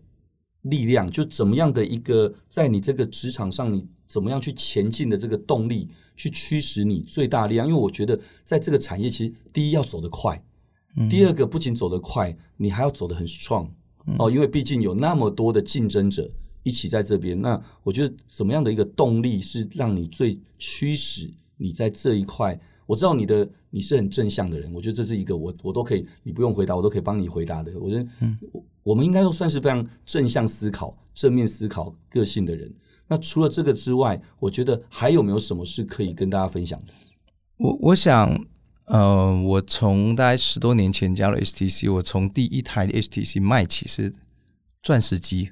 Speaker 1: 力量，就怎么样的一个在你这个职场上，你怎么样去前进的这个动力，去驱使你最大力量。因为我觉得在这个产业，其实第一要走得快，
Speaker 2: 嗯
Speaker 1: 第二个不仅走得快，你还要走得很 strong
Speaker 2: 嗯
Speaker 1: 哦，因为毕竟有那么多的竞争者一起在这边。那我觉得怎么样的一个动力是让你最驱使你在这一块？我知道你的你是很正向的人，我觉得这是一个我我都可以，你不用回答，我都可以帮你回答的。我觉得，
Speaker 2: 嗯
Speaker 1: 我我们应该都算是非常正向思考、正面思考个性的人。那除了这个之外，我觉得还有没有什么是可以跟大家分享的？
Speaker 2: 我我想，呃，我从大概十多年前加入 HTC，我从第一台 HTC 卖起是钻石机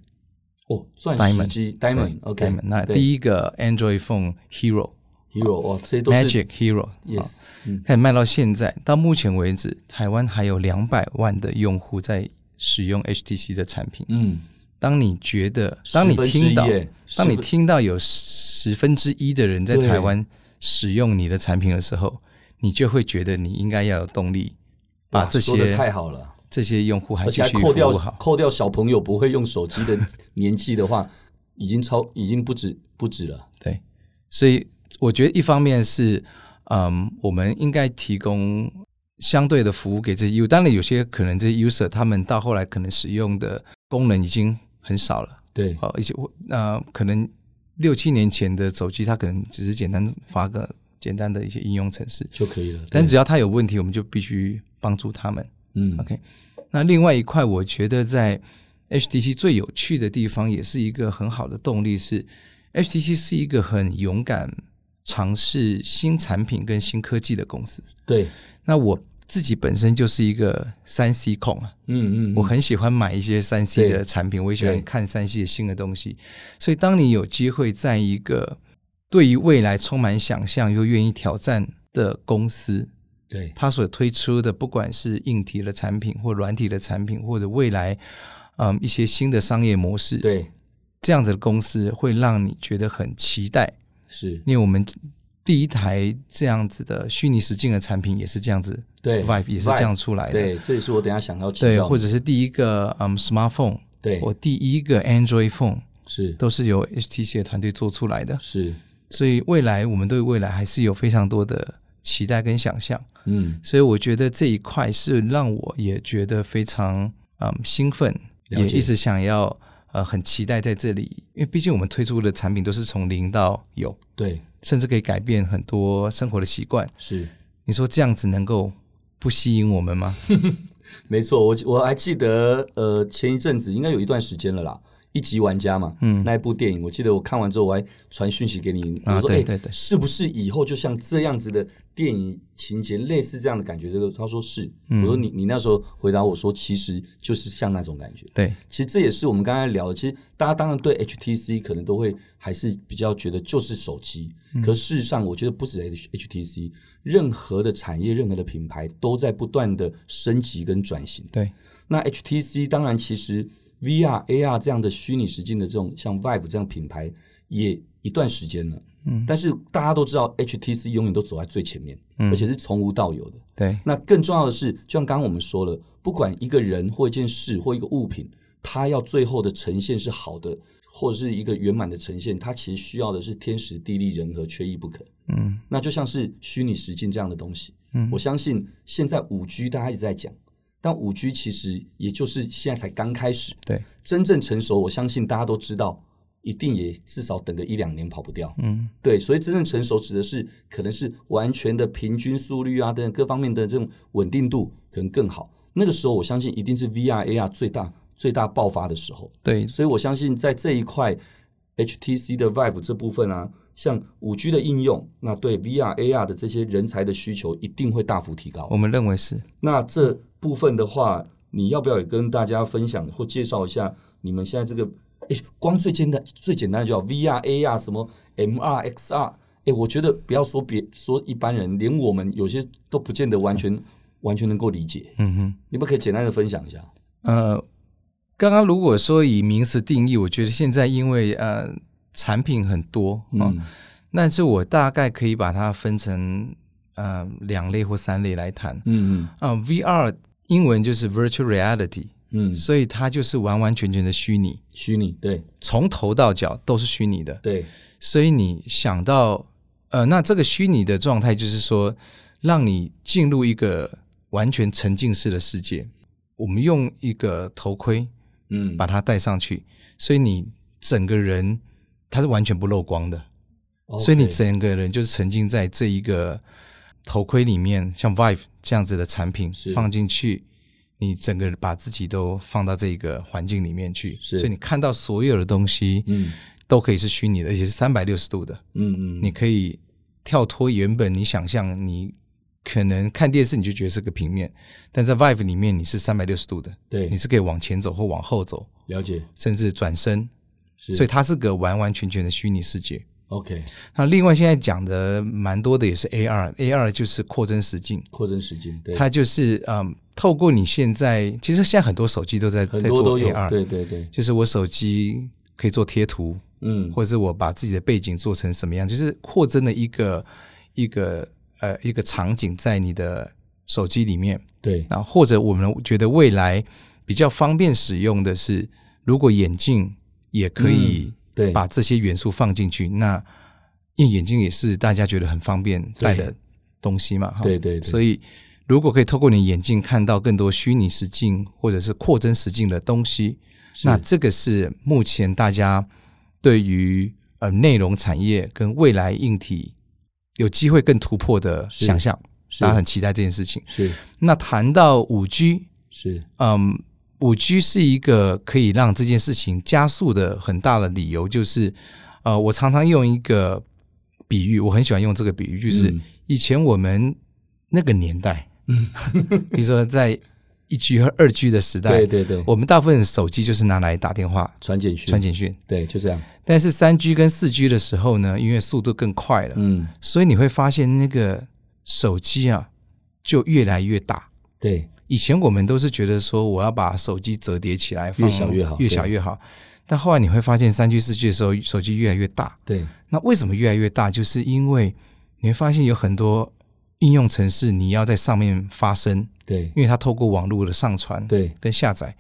Speaker 1: 哦，钻
Speaker 2: Diamond，
Speaker 1: 石机
Speaker 2: 对
Speaker 1: Diamond，OK，、
Speaker 2: Diamond，那第一个 Android Phone Hero
Speaker 1: Hero 哇，这些都是
Speaker 2: Magic Hero 啊
Speaker 1: Yes，嗯
Speaker 2: 开始卖到现在，到目前为止，台湾还有两百万的用户在使用 HTC 的产品。
Speaker 1: 嗯，
Speaker 2: 当你觉得，当你听
Speaker 1: 10分之
Speaker 2: 到
Speaker 1: 一，耶
Speaker 2: 当你
Speaker 1: 10分
Speaker 2: 听到有十分之一的人在
Speaker 1: 对
Speaker 2: 台湾使用你的产品的时候，你就会觉得你应该要有动力，把
Speaker 1: 哇
Speaker 2: 这
Speaker 1: 说得太
Speaker 2: 些
Speaker 1: 好了，
Speaker 2: 这些用户还
Speaker 1: 而
Speaker 2: 继
Speaker 1: 且还
Speaker 2: 续
Speaker 1: 扣
Speaker 2: 服
Speaker 1: 掉
Speaker 2: 务好。
Speaker 1: 扣掉小朋友不会用手机的年纪的话， (laughs) 已经超已经不止不止了。
Speaker 2: 对，所以我觉得一方面是，嗯，我们应该提供相对的服务给这些 u，当然有些可能这些 user 他们到后来可能使用的功能已经很少了，
Speaker 1: 对，
Speaker 2: 哦，而且我呃可能六七年前的手机它可能只是简单发个简单的一些应用程式，
Speaker 1: 就可以了。
Speaker 2: 但
Speaker 1: 对
Speaker 2: 只要它有问题，我们就必须帮助他们。
Speaker 1: 嗯
Speaker 2: OK，那另外一块，我觉得在 HTC 最有趣的地方，也是一个很好的动力是，HTC 是一个很勇敢尝试新产品跟新科技的公司。
Speaker 1: 对，
Speaker 2: 那我自己本身就是一个三 C 控啊，
Speaker 1: 嗯嗯，
Speaker 2: 我很喜欢买一些三 C
Speaker 1: 对
Speaker 2: 的产品，我也喜欢
Speaker 1: 对
Speaker 2: 看三 C 的新的东西。所以，当你有机会在一个对于未来充满想象又愿意挑战的公司，
Speaker 1: 对
Speaker 2: 它所推出的，不管是硬体的产品或软体的产品，或者未来，嗯，一些新的商业模式，，
Speaker 1: 对
Speaker 2: 这样子的公司会让你觉得很期待，
Speaker 1: 是，
Speaker 2: 因为我们第一台这样子的虚拟实境的产品也是这样子
Speaker 1: 对
Speaker 2: ，Vive 也是这样出来的，
Speaker 1: 对，这也是我等一下想要请
Speaker 2: 对，
Speaker 1: 教你
Speaker 2: 或者是第一个嗯 smartphone，
Speaker 1: 对
Speaker 2: 我第一个 Android phone
Speaker 1: 是
Speaker 2: 都是由 HTC 的团队做出来的，
Speaker 1: 是
Speaker 2: 所以未来我们对未来还是有非常多的期待跟想象。
Speaker 1: 嗯
Speaker 2: 所以我觉得这一块是让我也觉得非常嗯兴奋，
Speaker 1: 了
Speaker 2: 也
Speaker 1: 解
Speaker 2: 一直想要呃很期待在这里，因为毕竟我们推出的产品都是从零到有，
Speaker 1: 对
Speaker 2: 甚至可以改变很多生活的习惯。
Speaker 1: 是。
Speaker 2: 你说这样子能够不吸引我们吗？
Speaker 1: 没错，我我还记得，呃，前一阵子应该有一段时间了啦，《一级玩家》嘛，嗯，那一部电影，我记得我看完之后，我还传讯息给你，
Speaker 2: 啊
Speaker 1: 我说，
Speaker 2: 对
Speaker 1: 哎、
Speaker 2: 对对
Speaker 1: 是不是以后就像这样子的电影情节，类似这样的感觉？这个他说是，
Speaker 2: 嗯
Speaker 1: 我说你你那时候回答我说，其实就是像那种感觉。
Speaker 2: 对，
Speaker 1: 其实这也是我们刚才聊的，其实大家当然对 HTC 可能都会还是比较觉得就是手机，
Speaker 2: 嗯
Speaker 1: 可事实上我觉得不止 H HTC，任何的产业、任何的品牌都在不断的升级跟转型。
Speaker 2: 对，
Speaker 1: 那 HTC 当然其实 VR、AR 这样的虚拟实境的这种像 Vive 这样品牌也一段时间了，嗯，但是大家都知道 HTC 永远都走在最前面，
Speaker 2: 嗯
Speaker 1: 而且是从无到有的。
Speaker 2: 对，
Speaker 1: 那更重要的是，就像刚刚我们说了，不管一个人或一件事或一个物品，它要最后的呈现是好的，或者是一个圆满的呈现，它其实需要的是天时地利人和，缺一不可。
Speaker 2: 嗯，
Speaker 1: 那就像是虚拟实境这样的东西，
Speaker 2: 嗯
Speaker 1: 我相信现在五 G 大家一直在讲，但五 G 其实也就是现在才刚开始，
Speaker 2: 对，
Speaker 1: 真正成熟，我相信大家都知道，一定也至少等个一两年跑不掉。
Speaker 2: 嗯，
Speaker 1: 对，所以真正成熟指的是可能是完全的平均速率啊等等各方面的这种稳定度可能更好。那个时候我相信一定是 VR AR 最大最大爆发的时候，
Speaker 2: 对，
Speaker 1: 所以我相信在这一块 HTC 的 Vive 这部分啊，像五 G 的应用，那对 VR AR 的这些人才的需求一定会大幅提高
Speaker 2: 我。们认为是。
Speaker 1: 那这部分的话，你要不要也跟大家分享或介绍一下你们现在这个？诶，光最简单最简单的就叫 VR、AR 啊什么 MR、XR。诶，我觉得不要说别说一般人，连我们有些都不见得完全、完全能够理解。
Speaker 2: 嗯哼。
Speaker 1: 你们可以简单的分享一下。
Speaker 2: 呃，刚刚如果说以名词定义，我觉得现在因为呃产品很多，嗯，
Speaker 1: 嗯，
Speaker 2: 但是我大概可以把它分成呃两类或三类来谈。
Speaker 1: 嗯
Speaker 2: 啊、v r 英文就是 Virtual Reality，
Speaker 1: 嗯，
Speaker 2: 所以它就是完完全全的虚拟，
Speaker 1: 虚拟，对
Speaker 2: 从头到脚都是虚拟的。
Speaker 1: 对，
Speaker 2: 所以你想到，呃，那这个虚拟的状态就是说，让你进入一个完全沉浸式的世界。我们用一个头盔
Speaker 1: 嗯，
Speaker 2: 把它戴上去，所以你整个人它是完全不漏光的。
Speaker 1: 哦 OK
Speaker 2: 所以你整个人就是沉浸在这一个头盔里面，像 Vive 这样子的产品
Speaker 1: 是
Speaker 2: 放进去，你整个把自己都放到这个环境里面去，
Speaker 1: 是
Speaker 2: 所以你看到所有的东西，
Speaker 1: 嗯
Speaker 2: 都可以是虚拟的，而且是三百六十度的，
Speaker 1: 嗯嗯，
Speaker 2: 你可以跳脱原本你想象你。可能看电视你就觉得是个平面，但在 Vive 里面你是三百六十度的，
Speaker 1: 对
Speaker 2: 你是可以往前走或往后走，
Speaker 1: 了解，
Speaker 2: 甚至转身，
Speaker 1: 是
Speaker 2: 所以它是个完完全全的虚拟世界。
Speaker 1: OK
Speaker 2: 那另外现在讲的蛮多的也是 AR，AR 就是扩增实境，
Speaker 1: 扩增时间，对，
Speaker 2: 它就是嗯，透过你现在其实现在很多手机都在
Speaker 1: 很
Speaker 2: 在
Speaker 1: 多
Speaker 2: 做
Speaker 1: 都有，
Speaker 2: AR，
Speaker 1: 对对对，
Speaker 2: 就是我手机可以做贴图，
Speaker 1: 嗯，
Speaker 2: 或者是我把自己的背景做成什么样，就是扩增的一个一个呃一个场景在你的手机里面。
Speaker 1: 对，
Speaker 2: 那或者我们觉得未来比较方便使用的是，如果眼镜也可以
Speaker 1: 嗯对
Speaker 2: 把这些元素放进去，那因为眼镜也是大家觉得很方便戴的东西嘛，哈
Speaker 1: 对对对
Speaker 2: 所以如果可以透过你眼镜看到更多虚拟实境或者是扩增实境的东西，
Speaker 1: 是
Speaker 2: 那这个是目前大家对于呃内容产业跟未来硬体有机会更突破的
Speaker 1: 是
Speaker 2: 想象，
Speaker 1: 是
Speaker 2: 大家很期待这件事情。
Speaker 1: 是
Speaker 2: 那谈到五 G，
Speaker 1: 是
Speaker 2: 嗯，五 G 是一个可以让这件事情加速的很大的理由，就是呃，我常常用一个比喻，我很喜欢用这个比喻，就是
Speaker 1: 嗯
Speaker 2: 以前我们那个年代， (laughs) 比如说在一 G 和二 G 的时代，
Speaker 1: 对对对，
Speaker 2: 我们大部分手机就是拿来打电话、
Speaker 1: 传简讯，
Speaker 2: 传简讯，
Speaker 1: 对，就这样，
Speaker 2: 但是三 G 跟四 G 的时候呢，因为速度更快了，
Speaker 1: 嗯，
Speaker 2: 所以你会发现那个手机啊就越来越大。
Speaker 1: 对，
Speaker 2: 以前我们都是觉得说，我要把手机折叠起来，放
Speaker 1: 越小越好
Speaker 2: 越小越好。但后来你会发现，三 G、四 G 的时候，手机越来越大。
Speaker 1: 对，
Speaker 2: 那为什么越来越大？就是因为你会发现有很多应用程式，你要在上面发声，
Speaker 1: 对，
Speaker 2: 因为它透过网络的上传
Speaker 1: 对，
Speaker 2: 跟下载，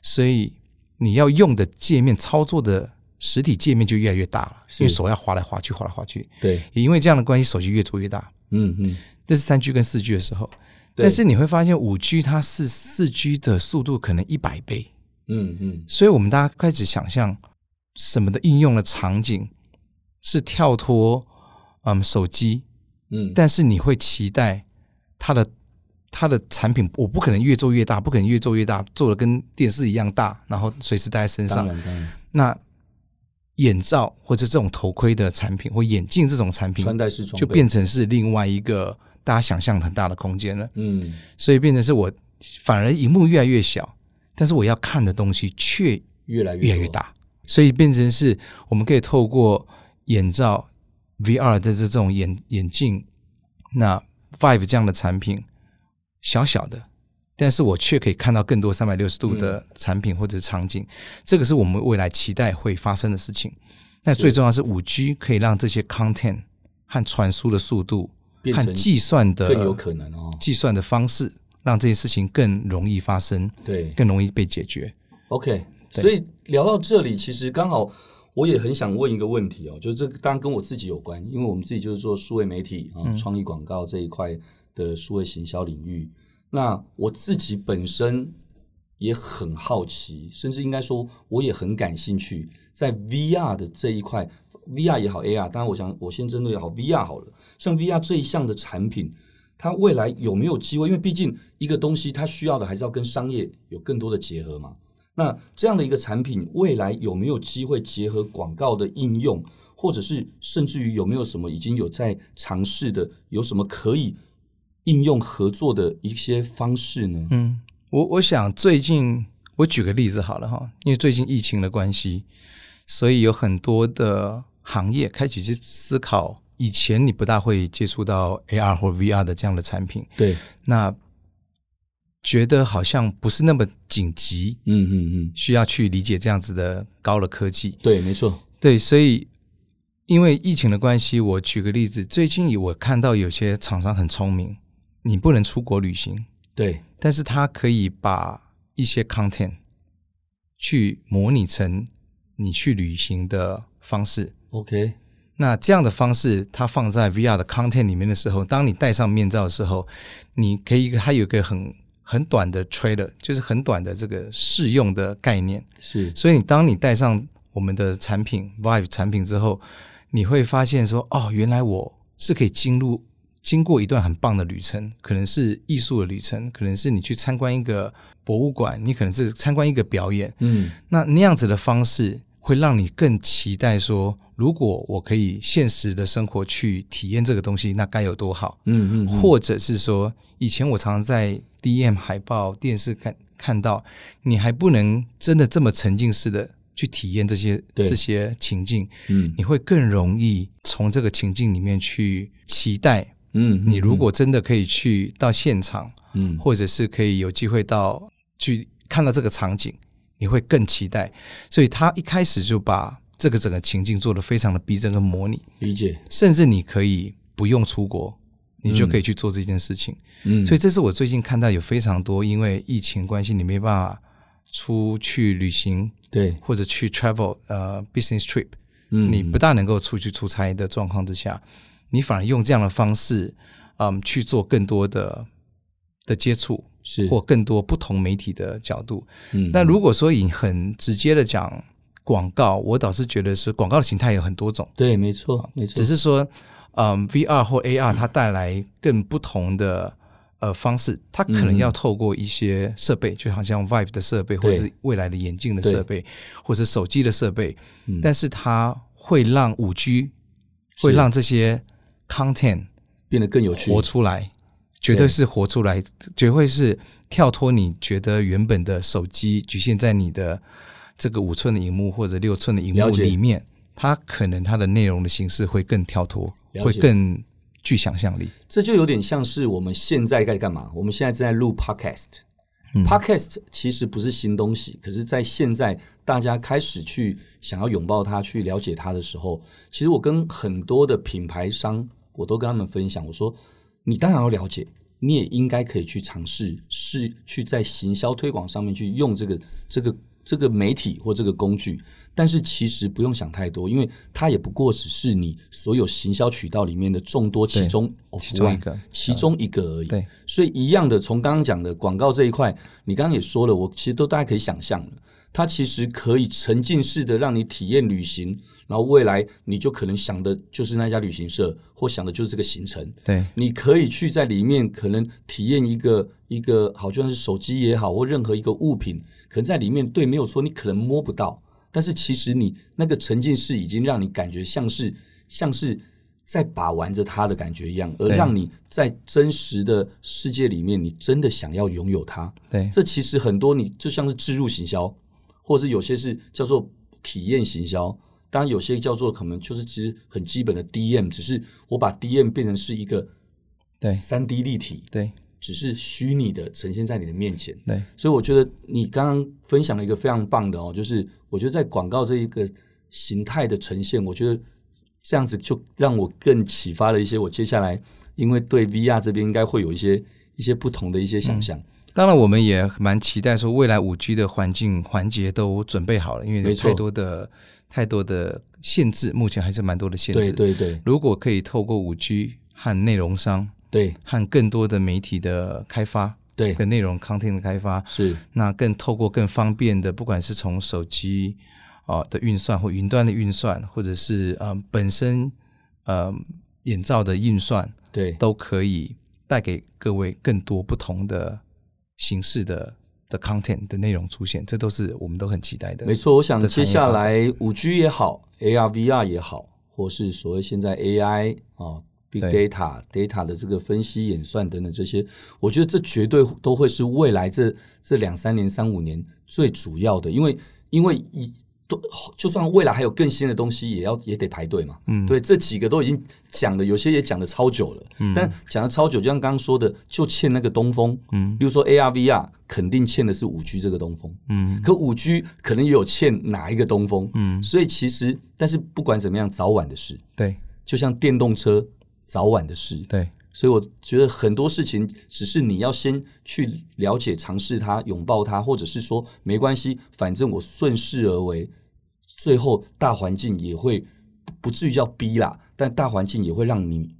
Speaker 2: 所以你要用的界面、操作的实体界面就越来越大了，
Speaker 1: 是
Speaker 2: 因为手要滑来滑去、滑来滑去。
Speaker 1: 对，
Speaker 2: 也因为这样的关系，手机越做越大。
Speaker 1: 嗯嗯，
Speaker 2: 这是三 G 跟四 G 的时候，
Speaker 1: 对
Speaker 2: 但是你会发现五 G 它是四 G 的速度可能一百倍，
Speaker 1: 嗯嗯，
Speaker 2: 所以我们大家开始想象什么的应用的场景是跳脱嗯手机，
Speaker 1: 嗯，
Speaker 2: 但是你会期待它的它的产品，我不可能越做越大，不可能越做越大，做的跟电视一样大，然后随时戴在身
Speaker 1: 当
Speaker 2: 上。
Speaker 1: 然当然，
Speaker 2: 那眼罩或者这种头盔的产品，或眼镜这种产品，
Speaker 1: 穿戴式装
Speaker 2: 就
Speaker 1: 备
Speaker 2: 变，成是另外一个大家想象很大的空间了。
Speaker 1: 嗯，
Speaker 2: 所以变成是我反而荧幕越来越小，但是我要看的东西却
Speaker 1: 越来
Speaker 2: 越来越
Speaker 1: 多，
Speaker 2: 大，所以变成是我们可以透过眼罩、VR 的这种眼眼镜，那 Vive 这样的产品，小小的。但是我却可以看到更多三百六十度
Speaker 1: 嗯
Speaker 2: 的产品或者场景，这个是我们未来期待会发生的事情。那
Speaker 1: 是
Speaker 2: 最重要是五 G 可以让这些 content 和传输的速度
Speaker 1: 变
Speaker 2: 和
Speaker 1: 成
Speaker 2: 计算的
Speaker 1: 更有可能哦，
Speaker 2: 计算的方式，让这些事情更容易发生，
Speaker 1: 对
Speaker 2: 更容易被解决。
Speaker 1: ，OK，
Speaker 2: 对
Speaker 1: 所以聊到这里，其实刚好。我也很想问一个问题哦，就是这个当然跟我自己有关，因为我们自己就是做数位媒体啊、创意广告这一块的数位行销领域。那我自己本身也很好奇，甚至应该说我也很感兴趣，在 VR 的这一块，VR 也好，AR，当然我想我先针对好 VR 好了，像 VR 这一项的产品，它未来有没有机会？因为毕竟一个东西它需要的还是要跟商业有更多的结合嘛。那这样的一个产品，未来有没有机会结合广告的应用，或者是甚至于有没有什么已经有在尝试的，有什么可以应用合作的一些方式呢？
Speaker 2: 嗯，我我想最近我举个例子好了哈，因为最近疫情的关系，所以有很多的行业开始去思考，以前你不大会接触到 AR 或 VR 的这样的产品，
Speaker 1: 对，
Speaker 2: 那觉得好像不是那么紧急，
Speaker 1: 嗯嗯嗯，
Speaker 2: 需要去理解这样子的高的科技。
Speaker 1: 对，没错，
Speaker 2: 对，所以因为疫情的关系，我举个例子，最近我看到有些厂商很聪明，你不能出国旅行，
Speaker 1: 对，
Speaker 2: 但是他可以把一些 content 去模拟成你去旅行的方式。
Speaker 1: OK，
Speaker 2: 那这样的方式，它放在 VR 的 content 里面的时候，当你戴上面罩的时候，你可以它有一个很很短的 trailer，就是很短的这个试用的概念。
Speaker 1: 是
Speaker 2: 所以你当你戴上我们的产品 Vive 产品之后，你会发现说，哦，原来我是可以进入经过一段很棒的旅程，可能是艺术的旅程，可能是你去参观一个博物馆，你可能是参观一个表演，
Speaker 1: 嗯
Speaker 2: 那那样子的方式会让你更期待说，如果我可以现实的生活去体验这个东西，那该有多好。
Speaker 1: 嗯嗯，嗯
Speaker 2: 或者是说，以前我常常在 DM 海报、电视看看到，你还不能真的这么沉浸式的去体验这些
Speaker 1: 对
Speaker 2: 这些情境，
Speaker 1: 嗯
Speaker 2: 你会更容易从这个情境里面去期待。
Speaker 1: 嗯，
Speaker 2: 你如果真的可以去到现场，
Speaker 1: 嗯
Speaker 2: 或者是可以有机会到去看到这个场景，你会更期待。所以他一开始就把这个整个情境做得非常的逼真跟模拟，
Speaker 1: 理解，
Speaker 2: 甚至你可以不用出国，你就可以去做这件事情。
Speaker 1: 嗯，
Speaker 2: 所以这是我最近看到有非常多因为疫情关系你没办法出去旅行
Speaker 1: 对，
Speaker 2: 或者去 travel 呃 business trip，
Speaker 1: 嗯
Speaker 2: 你不大能够出去出差的状况之下，你反而用这样的方式，嗯，去做更多的的接触，
Speaker 1: 是
Speaker 2: 或更多不同媒体的角度。
Speaker 1: 嗯
Speaker 2: 那如果说以很直接的讲广告，我倒是觉得是广告的形态有很多种，
Speaker 1: 对，没错没错，
Speaker 2: 只是说，嗯，VR 或 AR 它带来更不同的。呃，方式它可
Speaker 1: 嗯
Speaker 2: 能要透过一些设备，就好像 Vive 的设备，或者是未来的眼镜的设备，或者是手机的设备，
Speaker 1: 嗯
Speaker 2: 但是它会让五 G
Speaker 1: 是
Speaker 2: 会让这些 content
Speaker 1: 变得更有趣
Speaker 2: 活，出来，绝对是活出来，绝对是跳脱你觉得原本的手机局限在你的这个五寸的荧幕或者六寸的荧幕
Speaker 1: 了解
Speaker 2: 里面，它可能它的内容的形式会更跳脱，
Speaker 1: 了解
Speaker 2: 会更具想象力。
Speaker 1: 这就有点像是我们现在在干嘛？我们现在正在录 podcast。
Speaker 2: 嗯
Speaker 1: Podcast 其实不是新东西，可是，在现在大家开始去想要拥抱它、去了解它的时候，其实我跟很多的品牌商，我都跟他们分享，我说，你当然要了解，你也应该可以去尝试，是去在行销推广上面去用这个、这个、这个媒体或这个工具，但是其实不用想太多，因为它也不过只是你所有行销渠道里面的众多其中 of
Speaker 2: 其中一
Speaker 1: one
Speaker 2: 个
Speaker 1: 其中一个而已。
Speaker 2: 对，
Speaker 1: 所以一样的，从刚刚讲的广告这一块，你刚刚也说了，我其实都大家可以想象了，它其实可以沉浸式的让你体验旅行，然后未来你就可能想的就是那家旅行社，或想的就是这个行程。
Speaker 2: 对，
Speaker 1: 你可以去在里面可能体验一个一个，好就算是手机也好，或任何一个物品，可能在里面对没有错，你可能摸不到，但是其实你那个沉浸式已经让你感觉像是像是在把玩着它的感觉一样，而
Speaker 2: 对
Speaker 1: 让你在真实的世界里面，你真的想要拥有它。
Speaker 2: 对，
Speaker 1: 这其实很多你就像是置入行销，或者是有些是叫做体验行销，当然有些叫做可能就是其实很基本的 DM，只是我把 DM 变成是一个
Speaker 2: 对，
Speaker 1: 三 D 立体，
Speaker 2: 对，
Speaker 1: 只是虚拟的呈现在你的面前。
Speaker 2: 对，
Speaker 1: 所以我觉得你刚刚分享了一个非常棒的哦，就是我觉得在广告这一个形态的呈现，我觉得这样子就让我更启发了一些我接下来因为对 VR 这边应该会有一些一些不同的一些想象。
Speaker 2: 当然，我们也蛮期待说未来五 G 的环境环节都准备好了，因为
Speaker 1: 没
Speaker 2: 有
Speaker 1: 错
Speaker 2: 太多的太多的限制，目前还是蛮多的限
Speaker 1: 对
Speaker 2: 制。
Speaker 1: 对对
Speaker 2: 如果可以透过五 G 和内容商
Speaker 1: 对
Speaker 2: 和更多的媒体的开发
Speaker 1: 对，
Speaker 2: 的内容 content 的开发，
Speaker 1: 是
Speaker 2: 那更透过更方便的，不管是从手机啊、呃的运算或云端的运算，或者是嗯、呃本身呃眼罩的运算，
Speaker 1: 对
Speaker 2: 都可以带给各位更多不同的形式的的 content 的内容出现，这都是我们都很期待的。
Speaker 1: 没错，我想
Speaker 2: 的
Speaker 1: 接
Speaker 2: 产业
Speaker 1: 下
Speaker 2: 发展
Speaker 1: 来五 G 也好，AR、VR 也好，或是所谓现在 AI 啊、Big
Speaker 2: 对
Speaker 1: Data、Data 的这个分析、演算等等这些，我觉得这绝对都会是未来这这两三年、三五年最主要的，因为因为一都就算未来还有更新的东西，也要也得排队嘛。嗯，对，这几个都已经讲的，有些也讲的超久了。嗯，但讲的超久，就像刚刚说的，就欠那个东风。嗯，比如说 AR、VR 肯定欠的是五 G 这个东风。嗯，可五 G 可能也有欠哪一个东风。嗯，所以其实，但是不管怎么样，早晚的事，
Speaker 2: 对
Speaker 1: 就像电动车，早晚的事。
Speaker 2: 对
Speaker 1: 所以我觉得很多事情只是你要先去了解、尝试它、拥抱它，或者是说没关系，反正我顺势而为，最后大环境也会不至于叫逼啦，但大环境也会让你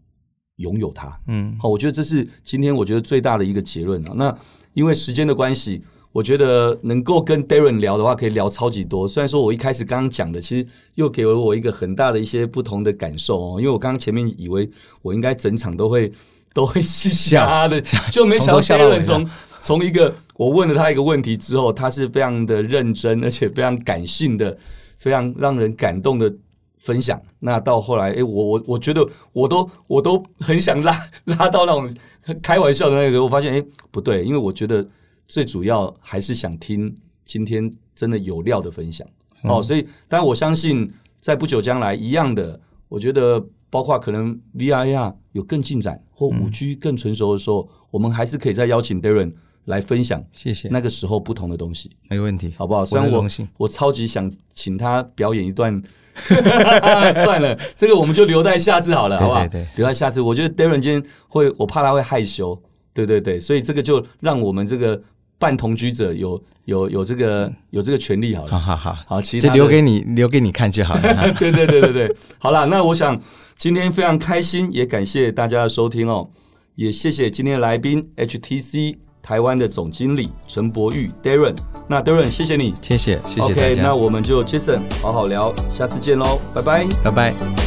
Speaker 1: 拥有它。
Speaker 2: 嗯，
Speaker 1: 好，我觉得这是今天我觉得最大的一个结论啊。那因为时间的关系，我觉得能够跟 Darren 聊的话，可以聊超级多。虽然说我一开始刚刚讲的，其实又给了我一个很大的一些不同的感受哦。因为我刚刚前面以为我应该整场都会都会嘻嘻哈哈的，就没想到
Speaker 2: (laughs) 从头笑到尾
Speaker 1: Darren 从从一个我问了他一个问题之后，他是非常的认真，而且非常感性的，非常让人感动的分享。那到后来，哎、我我我觉得我都我都很想拉拉到那种开玩笑的那个，我发现哎、诶不对，因为我觉得最主要还是想听今天真的有料的分享。
Speaker 2: 嗯
Speaker 1: 哦，所以但我相信在不久将来一样的，我觉得包括可能 VIR 啊有更进
Speaker 2: 嗯
Speaker 1: 展或五 G 更成熟的时候，我们还是可以再邀请 Darren 来分享
Speaker 2: 谢谢，
Speaker 1: 那个时候不同的东西，
Speaker 2: 没问题，
Speaker 1: 好不好？虽
Speaker 2: 我
Speaker 1: 然
Speaker 2: 很
Speaker 1: 我
Speaker 2: 荣幸。
Speaker 1: 我超级想请他表演一
Speaker 2: (laughs)
Speaker 1: 段。 (laughs) 算了，这个我们就留在下次好了，
Speaker 2: 对
Speaker 1: 好不好？
Speaker 2: 对对
Speaker 1: 留在下次。我觉得 Darren 今天会，我怕他会害羞，对对对，所以这个就让我们这个半同居者有有有这个有这个权利好了。
Speaker 2: 好好好，
Speaker 1: 好其他
Speaker 2: 这
Speaker 1: 的
Speaker 2: 啊留给你留给你看就好了。
Speaker 1: (laughs) 对对对对对，好啦，那我想今天非常开心，也感谢大家的收听哦，也谢谢今天的来宾 HTC 台湾的总经理陈博玉 Darren，那 Darren 谢谢你
Speaker 2: 谢谢，谢谢大
Speaker 1: OK，
Speaker 2: 家
Speaker 1: 那我们就 Jason 好好聊，下次见喽，拜拜。
Speaker 2: 拜拜。